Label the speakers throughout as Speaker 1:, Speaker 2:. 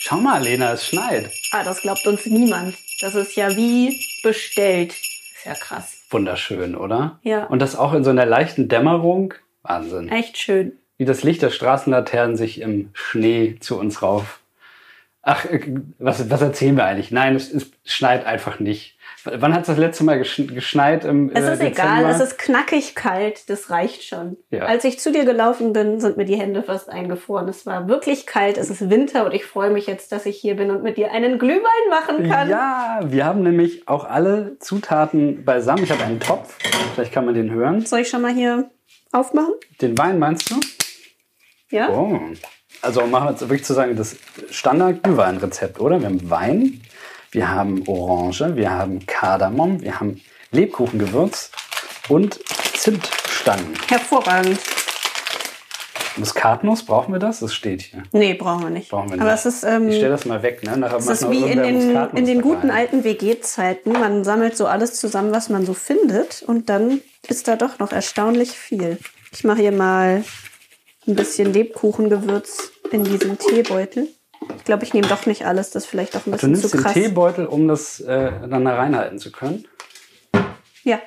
Speaker 1: Schau mal, Lena, es schneit.
Speaker 2: Ah, das glaubt uns niemand. Das ist ja wie bestellt. Ist ja krass.
Speaker 1: Wunderschön, oder?
Speaker 2: Ja.
Speaker 1: Und das auch in so einer leichten Dämmerung. Wahnsinn.
Speaker 2: Echt schön.
Speaker 1: Wie das Licht der Straßenlaternen sich im Schnee zu uns rauf. Ach, äh, was, was erzählen wir eigentlich? Nein, es, es schneit einfach nicht. W- Wann hat es das letzte Mal gesch- geschneit? Im,
Speaker 2: Es
Speaker 1: äh,
Speaker 2: ist egal,
Speaker 1: Dezember?
Speaker 2: es ist knackig kalt, das reicht schon.
Speaker 1: Ja.
Speaker 2: Als ich zu dir gelaufen bin, sind mir die Hände fast eingefroren. Es war wirklich kalt, es ist Winter und ich freue mich jetzt, dass ich hier bin und mit dir einen Glühwein machen kann.
Speaker 1: Ja, wir haben nämlich auch alle Zutaten beisammen. Ich habe einen Topf, vielleicht kann man den hören.
Speaker 2: Soll ich schon mal hier aufmachen?
Speaker 1: Den Wein meinst du?
Speaker 2: Ja?
Speaker 1: Oh. Also machen wir jetzt wirklich zu sagen, das Standard-Glühwein-Rezept, oder? Wir haben Wein, wir haben Orange, wir haben Kardamom, wir haben Lebkuchengewürz und Zimtstangen.
Speaker 2: Hervorragend.
Speaker 1: Muskatnuss, brauchen wir das? Das steht hier.
Speaker 2: Nee, brauchen wir nicht.
Speaker 1: Brauchen wir nicht.
Speaker 2: Aber es ist,
Speaker 1: Ich stelle
Speaker 2: ähm,
Speaker 1: das mal weg, ne? Nachher
Speaker 2: es
Speaker 1: macht
Speaker 2: ist
Speaker 1: noch
Speaker 2: wie in
Speaker 1: irgendwer
Speaker 2: den,
Speaker 1: Muskatnuss
Speaker 2: in den
Speaker 1: da
Speaker 2: guten
Speaker 1: rein.
Speaker 2: alten WG-Zeiten. Man sammelt so alles zusammen, was man so findet. Und dann ist da doch noch erstaunlich viel. Ich mache hier mal ein bisschen Lebkuchengewürz in diesem Teebeutel. Ich glaube, ich nehme doch nicht alles. Das ist vielleicht doch ein
Speaker 1: Du
Speaker 2: bisschen
Speaker 1: Also nimmst
Speaker 2: zu
Speaker 1: den
Speaker 2: krass.
Speaker 1: Teebeutel, um das äh, dann da reinhalten zu können.
Speaker 2: Ja.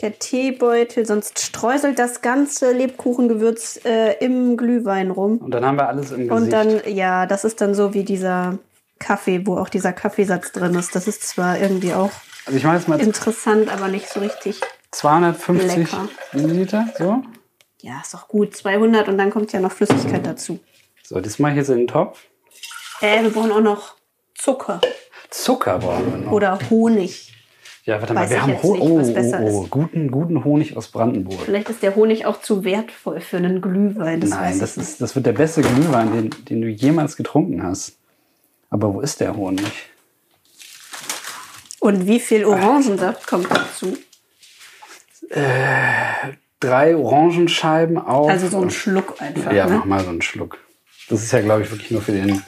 Speaker 2: Der Teebeutel, sonst streuselt das ganze Lebkuchengewürz äh, im Glühwein rum.
Speaker 1: Und dann haben wir alles im Gesicht.
Speaker 2: Und dann, ja, das ist dann so wie dieser Kaffee, wo auch dieser Kaffeesatz drin ist. Das ist zwar irgendwie auch
Speaker 1: also ich mache jetzt mal
Speaker 2: interessant, aber nicht so richtig.
Speaker 1: 250
Speaker 2: Lecker.
Speaker 1: Milliliter. So.
Speaker 2: Ja, ist doch gut. 200 und dann kommt ja noch Flüssigkeit dazu.
Speaker 1: so, das mache ich jetzt in den Topf.
Speaker 2: Äh, wir brauchen auch noch Zucker
Speaker 1: Zucker brauchen wir noch.
Speaker 2: oder Honig.
Speaker 1: Ja, warte mal,
Speaker 2: Weiß
Speaker 1: wir
Speaker 2: ich
Speaker 1: haben
Speaker 2: jetzt
Speaker 1: Ho
Speaker 2: nicht,
Speaker 1: oh,
Speaker 2: was besser
Speaker 1: oh, oh, guten, guten Honig aus Brandenburg.
Speaker 2: Vielleicht ist der Honig auch zu wertvoll für einen Glühwein. Das weiß
Speaker 1: Nein,
Speaker 2: ich
Speaker 1: das,
Speaker 2: nicht.
Speaker 1: ist, das wird der beste Glühwein, den, den du jemals getrunken hast. Aber wo ist der Honig?
Speaker 2: Und wie viel Orangensaft kommt dazu?
Speaker 1: Drei Orangenscheiben auf.
Speaker 2: Also so ein Schluck einfach.
Speaker 1: ja, mach
Speaker 2: ne?
Speaker 1: mal so einen Schluck. Das ist ja, glaube ich, wirklich nur für den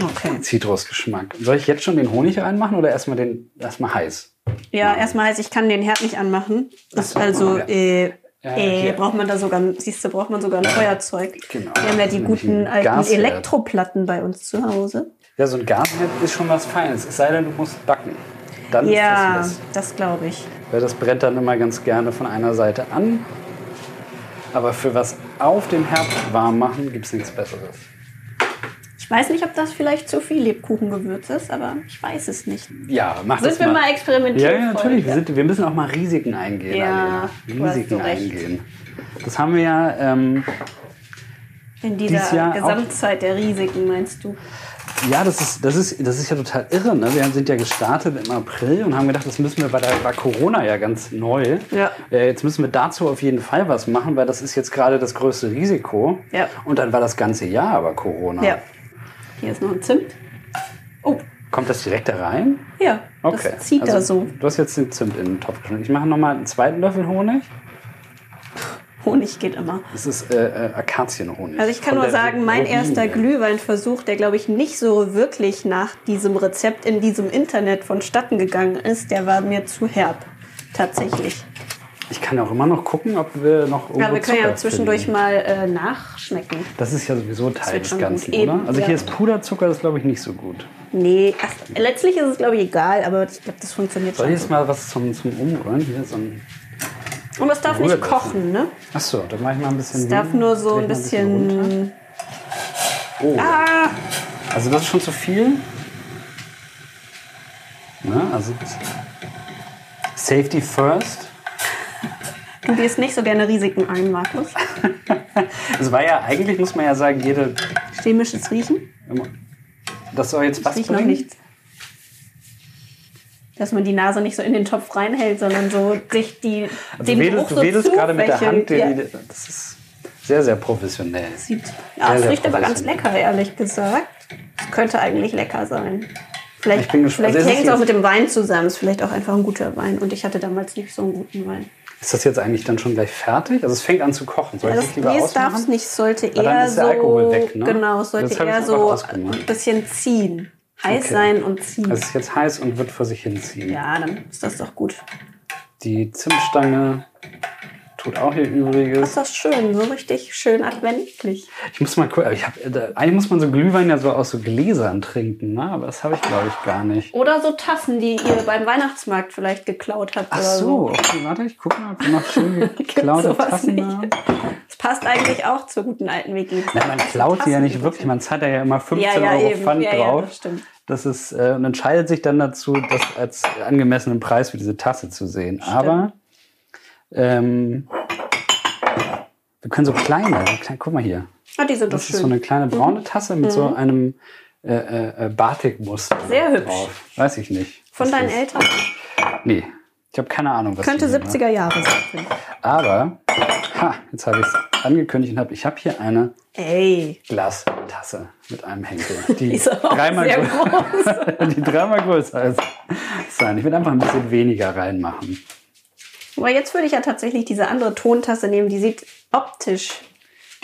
Speaker 2: Okay.
Speaker 1: Zitrusgeschmack. Soll ich jetzt schon den Honig reinmachen oder erstmal den erstmal heiß?
Speaker 2: Ja, erstmal heißt, ich kann den Herd nicht anmachen. Ist
Speaker 1: Ach so,
Speaker 2: also,
Speaker 1: ja.
Speaker 2: äh,
Speaker 1: Ja,
Speaker 2: äh,
Speaker 1: hier.
Speaker 2: braucht man da sogar, siehst du, braucht man sogar ein Feuerzeug.
Speaker 1: Genau.
Speaker 2: Wir haben ja die
Speaker 1: Nämlich
Speaker 2: guten
Speaker 1: ein
Speaker 2: alten
Speaker 1: Gasherd.
Speaker 2: Elektroplatten bei uns zu Hause.
Speaker 1: Ja, so ein Gasherd ist schon was Feines. Es sei denn, du musst backen. Dann ist
Speaker 2: ja,
Speaker 1: das was.
Speaker 2: das, glaube ich.
Speaker 1: Weil das brennt dann immer ganz gerne von einer Seite an. Aber für was auf dem Herd warm machen, gibt es nichts Besseres.
Speaker 2: Ich weiß nicht, ob das vielleicht zu viel Lebkuchengewürz ist, aber ich weiß es nicht. Sind
Speaker 1: Ja, mach das
Speaker 2: wir
Speaker 1: mal.
Speaker 2: mal
Speaker 1: ja,
Speaker 2: experimentieren?
Speaker 1: ja, natürlich. Wir,
Speaker 2: Folge.
Speaker 1: sind, wir müssen auch mal Risiken eingehen.
Speaker 2: Ja, du
Speaker 1: Alena.
Speaker 2: hast
Speaker 1: Risiken
Speaker 2: so recht.
Speaker 1: eingehen. Das haben wir ja, ähm,
Speaker 2: In
Speaker 1: Dies Jahr
Speaker 2: dieser
Speaker 1: auch-
Speaker 2: Gesamtzeit der Risiken, meinst du?
Speaker 1: ja, das ist, das, ist, das ist ja total irre. Ne? Wir sind ja gestartet im April und haben gedacht, das müssen wir, weil da war Corona ja ganz neu.
Speaker 2: Ja.
Speaker 1: Äh, jetzt müssen wir dazu auf jeden Fall was machen, weil das ist jetzt gerade das größte Risiko.
Speaker 2: Ja.
Speaker 1: Und dann war das ganze Jahr aber Corona.
Speaker 2: Ja. Hier ist noch ein Zimt. Oh,
Speaker 1: Kommt das direkt da rein?
Speaker 2: ja.
Speaker 1: Okay.
Speaker 2: Das zieht da
Speaker 1: Also,
Speaker 2: so.
Speaker 1: Du hast jetzt den Zimt in den Topf geschmissen. Ich mache nochmal einen zweiten Löffel Honig.
Speaker 2: Honig geht immer.
Speaker 1: Das ist äh, äh, Akazienhonig.
Speaker 2: Also ich kann
Speaker 1: Von
Speaker 2: nur
Speaker 1: der
Speaker 2: sagen, mein
Speaker 1: Rubine.
Speaker 2: erster Glühweinversuch, der glaube ich nicht so wirklich nach diesem Rezept in diesem Internet vonstatten gegangen ist, der war mir zu herb. Tatsächlich.
Speaker 1: Ich kann auch immer noch gucken, ob wir noch irgendwo
Speaker 2: Ja, wir können
Speaker 1: Oh, Zucker
Speaker 2: ja zwischendurch
Speaker 1: finden.
Speaker 2: mal äh, nachschmecken.
Speaker 1: Das ist ja sowieso Teil
Speaker 2: wird
Speaker 1: des
Speaker 2: schon
Speaker 1: Ganzen,
Speaker 2: gut. Eben,
Speaker 1: oder? Also
Speaker 2: ja.
Speaker 1: hier ist Puderzucker, das ist, glaube ich nicht so gut.
Speaker 2: Nee, ach, letztlich ist es glaube ich egal, aber ich glaube, das funktioniert
Speaker 1: Soll
Speaker 2: schon.
Speaker 1: ich jetzt mal was zum, zum Umrühren? Hier so ein...
Speaker 2: Und es darf nicht
Speaker 1: Rührei lassen? Mhm.
Speaker 2: kochen, ne?
Speaker 1: Achso, dann mache ich mal ein bisschen...
Speaker 2: Es darf nur so ein bisschen...
Speaker 1: Oh,
Speaker 2: Ah,
Speaker 1: also das ist schon zu viel. Ne? Also... Safety first.
Speaker 2: du gehst nicht so gerne Risiken ein, Markus.
Speaker 1: Es Also war ja eigentlich, muss man ja sagen, jede.
Speaker 2: Chemisches Riechen.
Speaker 1: Das soll jetzt was
Speaker 2: riecht noch
Speaker 1: bringen.
Speaker 2: nichts. Dass man die Nase nicht so in den Topf reinhält, sondern so sich die
Speaker 1: Also du wedelst,
Speaker 2: Geruch
Speaker 1: du wedelst gerade mit der Hand.
Speaker 2: zufächelt.
Speaker 1: Die,
Speaker 2: Ja,
Speaker 1: die, das ist sehr, sehr professionell.
Speaker 2: sieht, ja, es
Speaker 1: sehr
Speaker 2: riecht aber ganz
Speaker 1: professionell.
Speaker 2: lecker, ehrlich gesagt. Es könnte eigentlich lecker sein. Vielleicht,
Speaker 1: Ich bin gespannt.
Speaker 2: vielleicht
Speaker 1: Also es ist
Speaker 2: hängt es auch
Speaker 1: jetzt-
Speaker 2: mit dem Wein zusammen. Ist vielleicht auch einfach ein guter Wein. Und ich hatte damals nicht so einen guten Wein.
Speaker 1: Ist das jetzt eigentlich dann schon gleich fertig? Also es fängt an zu kochen. Soll ich
Speaker 2: Also
Speaker 1: das lieber
Speaker 2: das darf es
Speaker 1: ausmachen?
Speaker 2: nicht. Sollte
Speaker 1: dann
Speaker 2: eher
Speaker 1: ist der
Speaker 2: so
Speaker 1: Alkohol weg, ne?
Speaker 2: genau, es sollte
Speaker 1: Jetzt hab ich's
Speaker 2: eher
Speaker 1: einfach
Speaker 2: so
Speaker 1: ausgemacht.
Speaker 2: ein bisschen ziehen, heiß
Speaker 1: Okay. Also
Speaker 2: sein und ziehen.
Speaker 1: Es ist jetzt heiß und wird vor sich hinziehen.
Speaker 2: ja, dann ist das doch gut.
Speaker 1: Die Zimtstange tut auch ihr Übriges.
Speaker 2: Das ist doch schön, so richtig schön adventlich.
Speaker 1: Ich muss mal gucken. Ich hab, da- eigentlich muss man so Glühwein ja so aus so Gläsern trinken, ne? aber das habe ich, glaube ich, gar nicht.
Speaker 2: Oder so Tassen, die ihr beim Weihnachtsmarkt vielleicht geklaut habt.
Speaker 1: Ach
Speaker 2: oder
Speaker 1: so, okay, warte, ich gucke mal, ob wir noch schön geklaute
Speaker 2: sowas
Speaker 1: Tassen
Speaker 2: nicht?
Speaker 1: haben.
Speaker 2: Das passt eigentlich auch zur guten alten Also WG.
Speaker 1: Ja, man klaut sie ja nicht wirklich, man zahlt da ja immer 15 Euro Pfand
Speaker 2: ja, Ja, das
Speaker 1: drauf.
Speaker 2: stimmt.
Speaker 1: das ist, äh, und entscheidet sich dann dazu, das als angemessenen Preis für diese Tasse zu sehen. Aber ähm, wir können so kleine, so klein, guck mal hier.
Speaker 2: Ah, die sind doch
Speaker 1: Das ist so
Speaker 2: schön. Mhm.
Speaker 1: eine kleine braune Tasse mit so einem äh, äh, äh, Batik-Muster.
Speaker 2: Sehr hübsch.
Speaker 1: drauf. Weiß ich nicht.
Speaker 2: Von
Speaker 1: Was
Speaker 2: deinen
Speaker 1: das-
Speaker 2: Eltern.
Speaker 1: Nee. Ich habe keine Ahnung, was
Speaker 2: Könnte
Speaker 1: die sind, ne?
Speaker 2: 70er Jahre sein. finde ich.
Speaker 1: Aber, ha, jetzt habe ich es angekündigt und habe, ich habe hier eine
Speaker 2: Ey,
Speaker 1: Glastasse mit einem Henkel, die,
Speaker 2: die ist aber auch
Speaker 1: dreimal
Speaker 2: sehr
Speaker 1: grö-
Speaker 2: groß.
Speaker 1: die dreimal größer ist. Sein. Ich will einfach ein bisschen weniger reinmachen.
Speaker 2: Aber jetzt würde ich ja tatsächlich diese andere Tontasse nehmen, die sieht optisch,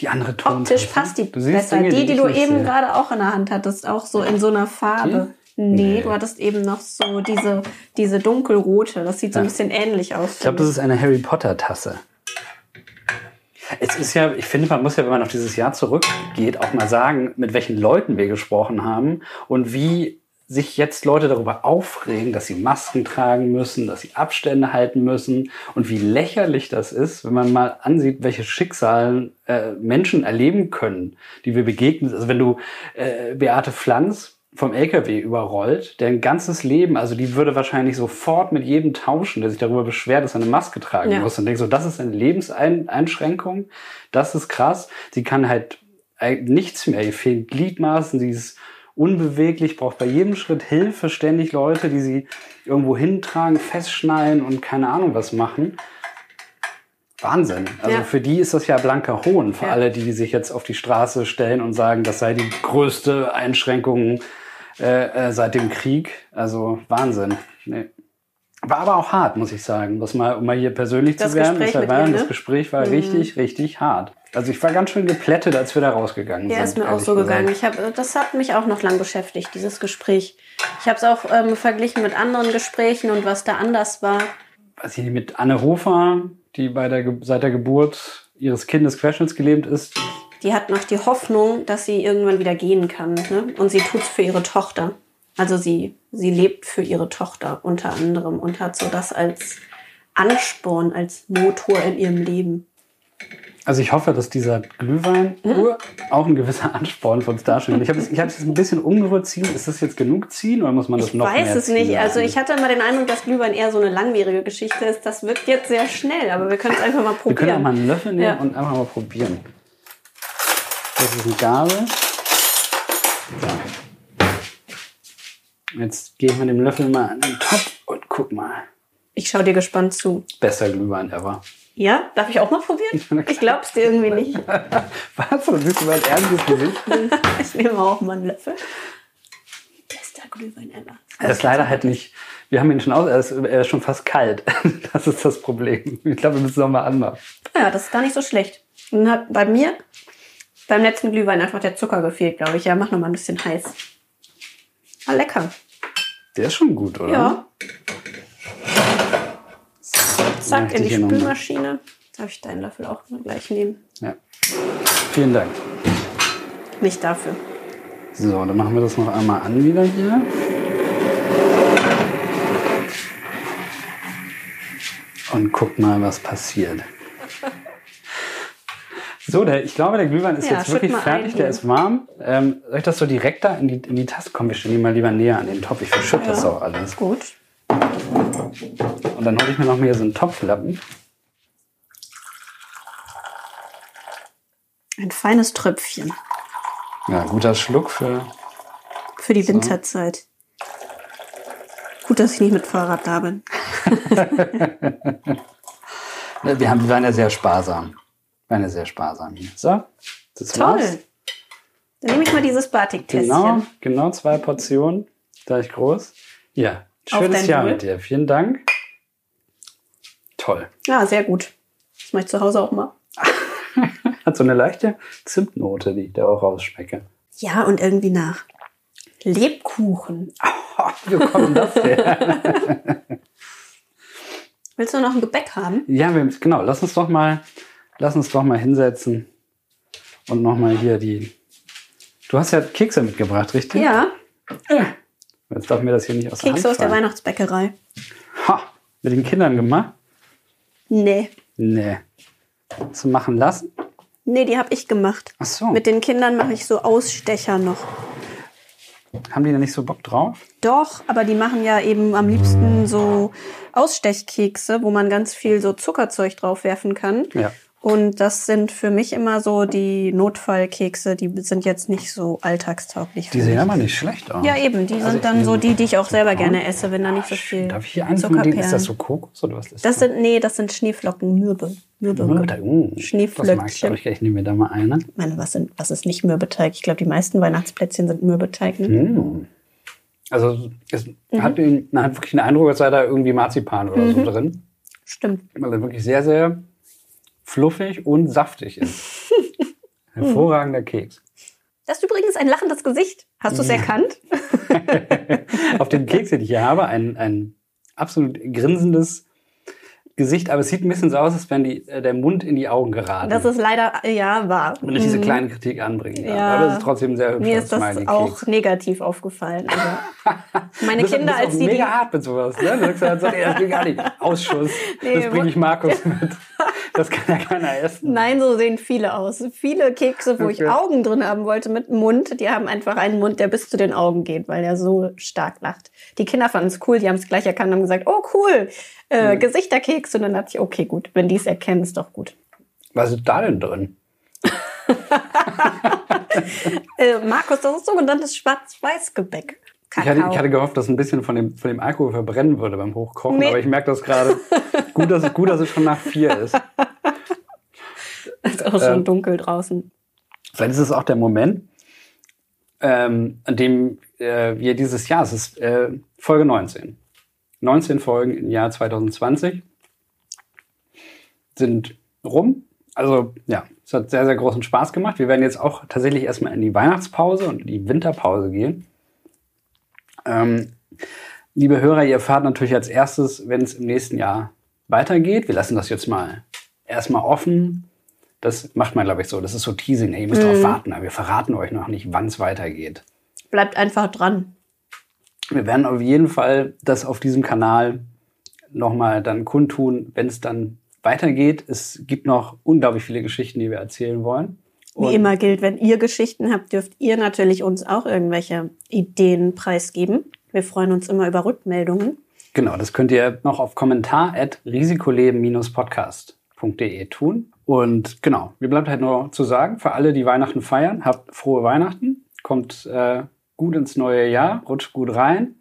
Speaker 1: Die andere Ton.
Speaker 2: optisch passt die
Speaker 1: Du siehst
Speaker 2: besser.
Speaker 1: Dinge,
Speaker 2: die, die,
Speaker 1: ich
Speaker 2: du
Speaker 1: nicht
Speaker 2: eben
Speaker 1: sehe.
Speaker 2: gerade auch in der Hand hattest, auch so in so einer Farbe. Nee,
Speaker 1: Nee.
Speaker 2: du hattest eben noch so diese, diese dunkelrote. Das sieht so ein
Speaker 1: Ja.
Speaker 2: bisschen ähnlich aus.
Speaker 1: Ich glaube, das ist eine Harry Potter Tasse. Es ist ja, ich finde, man muss ja, wenn man auf dieses Jahr zurückgeht, auch mal sagen, mit welchen Leuten wir gesprochen haben und wie sich jetzt Leute darüber aufregen, dass sie Masken tragen müssen, dass sie Abstände halten müssen und wie lächerlich das ist, wenn man mal ansieht, welche Schicksalen äh, Menschen erleben können, die wir begegnen. Also wenn du äh, Beate Pflanz vom LKW überrollt, deren ganzes Leben, also die würde wahrscheinlich sofort mit jedem tauschen, der sich darüber beschwert, dass er eine Maske tragen
Speaker 2: Ja.
Speaker 1: muss und denkt so, das ist eine Lebenseinschränkung, das ist krass. Sie kann halt eig- nichts mehr, ihr fehlen Gliedmaßen, sie ist unbeweglich, braucht bei jedem Schritt Hilfe, ständig Leute, die sie irgendwo hintragen, festschnallen und keine Ahnung was machen. Wahnsinn. Also
Speaker 2: Ja.
Speaker 1: für die ist das ja blanker Hohn, für
Speaker 2: Ja.
Speaker 1: alle, die, die sich jetzt auf die Straße stellen und sagen, das sei die größte Einschränkung äh, äh, seit dem Krieg. Also Wahnsinn. Nee. War aber auch hart, muss ich sagen. Das mal, um mal hier persönlich
Speaker 2: Das
Speaker 1: zu werden.
Speaker 2: Gespräch
Speaker 1: das,
Speaker 2: mit
Speaker 1: war,
Speaker 2: dir, ne?
Speaker 1: das Gespräch war richtig, richtig hart. Also ich war ganz schön geplättet, als wir da rausgegangen
Speaker 2: Ja,
Speaker 1: sind.
Speaker 2: ist mir auch
Speaker 1: ehrlich
Speaker 2: so
Speaker 1: gesagt.
Speaker 2: gegangen. Ich hab, das hat mich auch noch lang beschäftigt, dieses Gespräch. Ich habe es auch ähm, verglichen mit anderen Gesprächen und was da anders war.
Speaker 1: weiß ich nicht, mit Anne Hofer, die bei der, Ge- seit der Geburt ihres Kindes querschnittsgelähmt ist.
Speaker 2: Die hat noch die Hoffnung, dass sie irgendwann wieder gehen kann. Ne? Und sie tut's für ihre Tochter. Also sie, sie lebt für ihre Tochter unter anderem und hat so das als Ansporn, als Motor in ihrem Leben.
Speaker 1: Also ich hoffe, dass dieser Glühwein
Speaker 2: Mhm.
Speaker 1: auch ein gewisser Ansporn für uns darstellt. Ich habe es ich hab's jetzt ein bisschen umgerührt ziehen. Ist das jetzt genug ziehen oder muss man das
Speaker 2: Ich
Speaker 1: noch
Speaker 2: weiß
Speaker 1: mehr
Speaker 2: es
Speaker 1: ziehen
Speaker 2: nicht. Also
Speaker 1: lassen?
Speaker 2: ich hatte immer den Eindruck, dass Glühwein eher so eine langwierige Geschichte ist. Das wirkt jetzt sehr schnell, aber wir können es einfach mal
Speaker 1: Wir können auch
Speaker 2: probieren.
Speaker 1: mal einen Löffel nehmen
Speaker 2: Ja.
Speaker 1: und einfach mal probieren. Das ist eine Gabel. So. Jetzt geben wir dem Löffel mal an den Topf und guck mal.
Speaker 2: Ich schaue dir gespannt zu.
Speaker 1: Bester Glühwein ever.
Speaker 2: Ja, darf ich auch mal probieren? Ich glaub's dir irgendwie nicht.
Speaker 1: Was? Du siehst über ein ernstes Gesicht?
Speaker 2: Ich nehme auch mal einen Löffel. Bester Glühwein ever.
Speaker 1: Er ist leider halt nicht. Wir haben ihn schon aus, er ist, er ist schon fast kalt. Das ist das Problem. Ich glaube, wir müssen nochmal anmachen.
Speaker 2: Ja, das ist gar nicht so schlecht. Und dann hat bei mir beim letzten Glühwein einfach der Zucker gefehlt, glaube ich. Ja, mach noch mal ein bisschen heiß. Ah, lecker.
Speaker 1: Der ist schon gut, oder?
Speaker 2: Ja,
Speaker 1: Mach
Speaker 2: zack,
Speaker 1: ich
Speaker 2: in die
Speaker 1: hier noch mal.
Speaker 2: Spülmaschine. Darf ich deinen Löffel auch mal gleich nehmen?
Speaker 1: Ja. Vielen Dank.
Speaker 2: Nicht dafür.
Speaker 1: So, dann machen wir das noch einmal an wieder hier. Und guck mal, was passiert. So, der, ich glaube, der Glühwein ist
Speaker 2: Ja,
Speaker 1: jetzt
Speaker 2: schütt
Speaker 1: wirklich
Speaker 2: mal ein
Speaker 1: fertig,
Speaker 2: hier.
Speaker 1: der ist warm. Ähm, soll ich das so direkt da in die, in die Tasse kommen? Wir stellen ihn mal lieber näher an den Topf. Ich verschütte das auch alles.
Speaker 2: Gut.
Speaker 1: Und dann hole ich mir noch mal hier so einen Topflappen.
Speaker 2: Ein feines Tröpfchen
Speaker 1: Ja, guter Schluck für.
Speaker 2: für die Winterzeit. Gut, dass ich nicht mit Fahrrad da bin.
Speaker 1: Ne, Wir, haben, wir waren ja sehr sparsam. Wir waren ja sehr sparsam hier. So, das war's.
Speaker 2: Toll. Dann nehme ich mal dieses Batik-Tässchen.
Speaker 1: Genau, genau zwei Portionen, gleich groß. Ja,
Speaker 2: Auf
Speaker 1: schönes
Speaker 2: dein
Speaker 1: Jahr
Speaker 2: Wohl.
Speaker 1: mit dir. Vielen Dank. Toll.
Speaker 2: Ja, Ah, sehr gut. Das mache ich zu Hause auch mal.
Speaker 1: Hat so eine leichte Zimtnote, die ich da auch rausschmecke.
Speaker 2: Ja, und irgendwie nach Lebkuchen.
Speaker 1: Wie kommt das her?
Speaker 2: Willst du noch ein Gebäck haben?
Speaker 1: Ja, wir, genau. Lass uns doch mal, lass uns doch mal hinsetzen und noch mal hier die. Du hast ja Kekse mitgebracht, richtig?
Speaker 2: Ja,
Speaker 1: Jetzt darf mir das hier nicht aus
Speaker 2: Kekse
Speaker 1: der
Speaker 2: aus der
Speaker 1: Hand fallen.
Speaker 2: Weihnachtsbäckerei.
Speaker 1: Ha, mit den Kindern gemacht?
Speaker 2: Nee,
Speaker 1: Nee. Hast du machen lassen?
Speaker 2: nee, die habe ich gemacht.
Speaker 1: Ach so.
Speaker 2: Mit den Kindern mache ich so Ausstecher noch.
Speaker 1: Haben die da nicht so Bock drauf?
Speaker 2: Doch, aber die machen ja eben am
Speaker 1: Hm.
Speaker 2: liebsten so Ausstechkekse, wo man ganz viel so Zuckerzeug draufwerfen kann.
Speaker 1: Ja.
Speaker 2: Und das sind für mich immer so die Notfallkekse, die sind jetzt nicht so alltagstauglich.
Speaker 1: Die
Speaker 2: für
Speaker 1: sehen
Speaker 2: mich.
Speaker 1: ja mal nicht schlecht aus.
Speaker 2: Hm. ja, eben, die
Speaker 1: Also ich
Speaker 2: sind dann
Speaker 1: nehm-
Speaker 2: so die, die ich auch selber gerne esse, wenn da nicht so viel
Speaker 1: Darf ich hier einen von denen?
Speaker 2: Zuckerperlen.
Speaker 1: Ist das so Kokos oder was ist
Speaker 2: Das sind, nee, das sind Schneeflocken, Mürbe. Mürbe.
Speaker 1: Mürbeteig. Mm,
Speaker 2: Schneeflöckchen.
Speaker 1: Das mag ich, glaub ich, ich nehme mir da mal eine.
Speaker 2: Ich meine, was, sind, was ist nicht Mürbeteig? Ich glaube, die meisten Weihnachtsplätzchen sind Mürbeteig. Ne?
Speaker 1: Mm. Also es
Speaker 2: Mhm.
Speaker 1: hat, den, man hat wirklich den Eindruck, als sei da irgendwie Marzipan oder so drin.
Speaker 2: Stimmt.
Speaker 1: Weil er wirklich sehr, sehr fluffig und saftig ist. Hervorragender Keks.
Speaker 2: Das ist übrigens ein lachendes Gesicht. Hast du es erkannt?
Speaker 1: Auf dem Keks, den ich hier habe, ein, ein absolut grinsendes Gesicht, aber es sieht ein bisschen so aus, als wenn die, äh, der Mund in die Augen geraten.
Speaker 2: Das ist leider, äh, ja, wahr.
Speaker 1: wenn ich diese
Speaker 2: Mhm.
Speaker 1: kleine Kritik anbringen darf.
Speaker 2: Ja.
Speaker 1: Aber es ist trotzdem sehr hübsch.
Speaker 2: Mir ist das auch negativ aufgefallen. Also meine Kinder, als
Speaker 1: die.
Speaker 2: sie die,
Speaker 1: mega hart mit sowas, ne? Du sagst halt so, ey, das geht gar nicht. Ausschuss.
Speaker 2: Nee,
Speaker 1: das bringe ich Markus mit. Das kann ja keiner essen.
Speaker 2: Nein, so sehen viele aus. Viele Kekse, wo ich
Speaker 1: Okay.
Speaker 2: Augen drin haben wollte mit Mund, die haben einfach einen Mund, der bis zu den Augen geht, weil der so stark lacht. Die Kinder fanden es cool, die haben es gleich erkannt und haben gesagt, oh cool, äh,
Speaker 1: Mhm.
Speaker 2: Gesichterkeks. Und dann dachte ich, okay, gut, wenn die es erkennen, ist doch gut.
Speaker 1: Was ist da denn drin?
Speaker 2: Äh, Markus, das ist sogenanntes Schwarz-Weiß-Gebäck.
Speaker 1: Ich hatte, ich hatte gehofft, dass ein bisschen von dem, von dem Alkohol verbrennen würde beim Hochkochen,
Speaker 2: Nee.
Speaker 1: aber ich merke das gerade. gut, dass, gut, dass es schon nach vier ist.
Speaker 2: ist auch
Speaker 1: äh,
Speaker 2: schon dunkel draußen.
Speaker 1: Vielleicht ist es auch der Moment, ähm, an dem äh, wir dieses Jahr, es ist äh, Folge 19. 19 Folgen im Jahr 2020 sind rum. Also ja, es hat sehr, sehr großen Spaß gemacht. Wir werden jetzt auch tatsächlich erstmal in die Weihnachtspause und in die Winterpause gehen. Ähm, liebe Hörer, ihr erfahrt natürlich als erstes, wenn es im nächsten Jahr weitergeht. Wir lassen das jetzt mal erstmal offen. Das macht man, glaube ich, so. Das ist so Teasing. Ey, ihr müsst
Speaker 2: Mhm.
Speaker 1: drauf warten, aber wir verraten euch noch nicht, wann es weitergeht.
Speaker 2: Bleibt einfach dran.
Speaker 1: Wir werden auf jeden Fall das auf diesem Kanal nochmal dann kundtun, wenn es dann weitergeht. Es gibt noch unglaublich viele Geschichten, die wir erzählen wollen.
Speaker 2: Wie
Speaker 1: Und-
Speaker 2: immer gilt, wenn ihr Geschichten habt, dürft ihr natürlich uns auch irgendwelche Ideen preisgeben. Wir freuen uns immer über Rückmeldungen.
Speaker 1: Genau, das könnt ihr noch auf kommentar.risikoleben-podcast.de tun. Und genau, mir bleibt halt nur zu sagen, für alle, die Weihnachten feiern, habt frohe Weihnachten, kommt äh, gut ins neue Jahr, rutscht gut rein.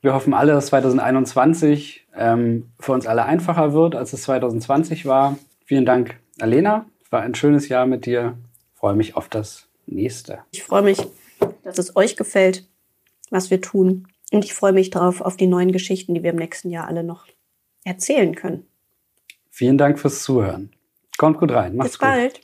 Speaker 1: Wir hoffen alle, dass 2021 ähm, für uns alle einfacher wird, als es 2020 war. Vielen Dank, Alena. War ein schönes Jahr mit dir. Freue mich auf das nächste.
Speaker 2: Ich freue mich, dass es euch gefällt, was wir tun. Und ich freue mich drauf auf die neuen Geschichten, die wir im nächsten Jahr alle noch erzählen können.
Speaker 1: Vielen Dank fürs Zuhören. Kommt gut rein. Macht's gut.
Speaker 2: Bis bald.